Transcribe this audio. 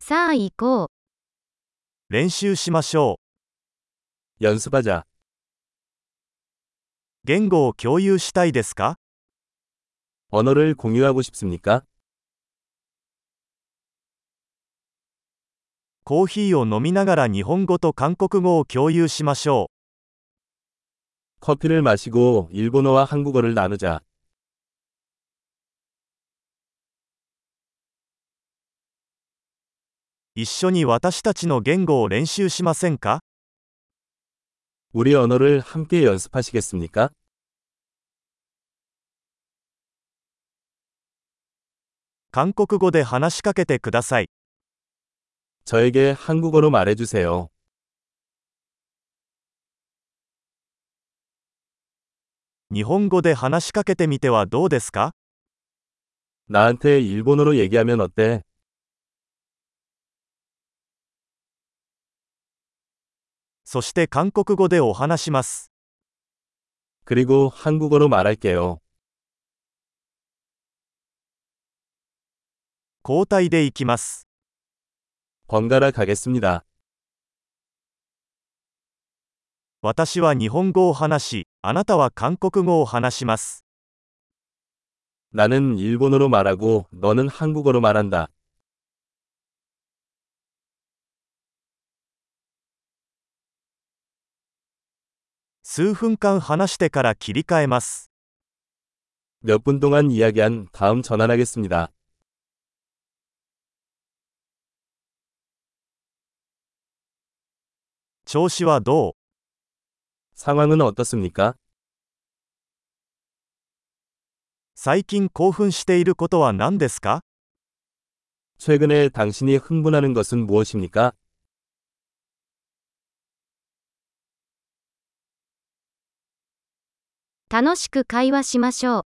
さあ行こう。練習しましょう。연습하자. 言語を共有したいですか 언어를 공유하고 싶습니까? コーヒーを飲みながら日本語と韓国語を共有しましょ 커피를 마시고 일본어와 한국어를 나누자. う。一緒に私たちの言語を練習しませんか 우리 언어를 함께 연습하시겠습니까? 韓国語で話しかけてください。 저에게 한국어로 말해주세요. 日本語で話しかけてみてはどうですか 나한테 일본어로 얘기하면 어때? そして韓国語でお話します。 그리고 한국어로 말할게요. 交代でいきます。 번갈아 가겠습니다. 私は日本語を話し、あなたは韓国語を話します。 나는 일본어로 말하고 너는 한국어로 말한다. 数分間話してから切り替えます。 몇 분 동안 이야기한 다음 전환하겠습니다. 調子はどう 상황은 어떻습니까? 最近興奮していることは何ですか 최근에 당신이 흥분하는 것은 무엇입니까? 楽しく会話しましょう。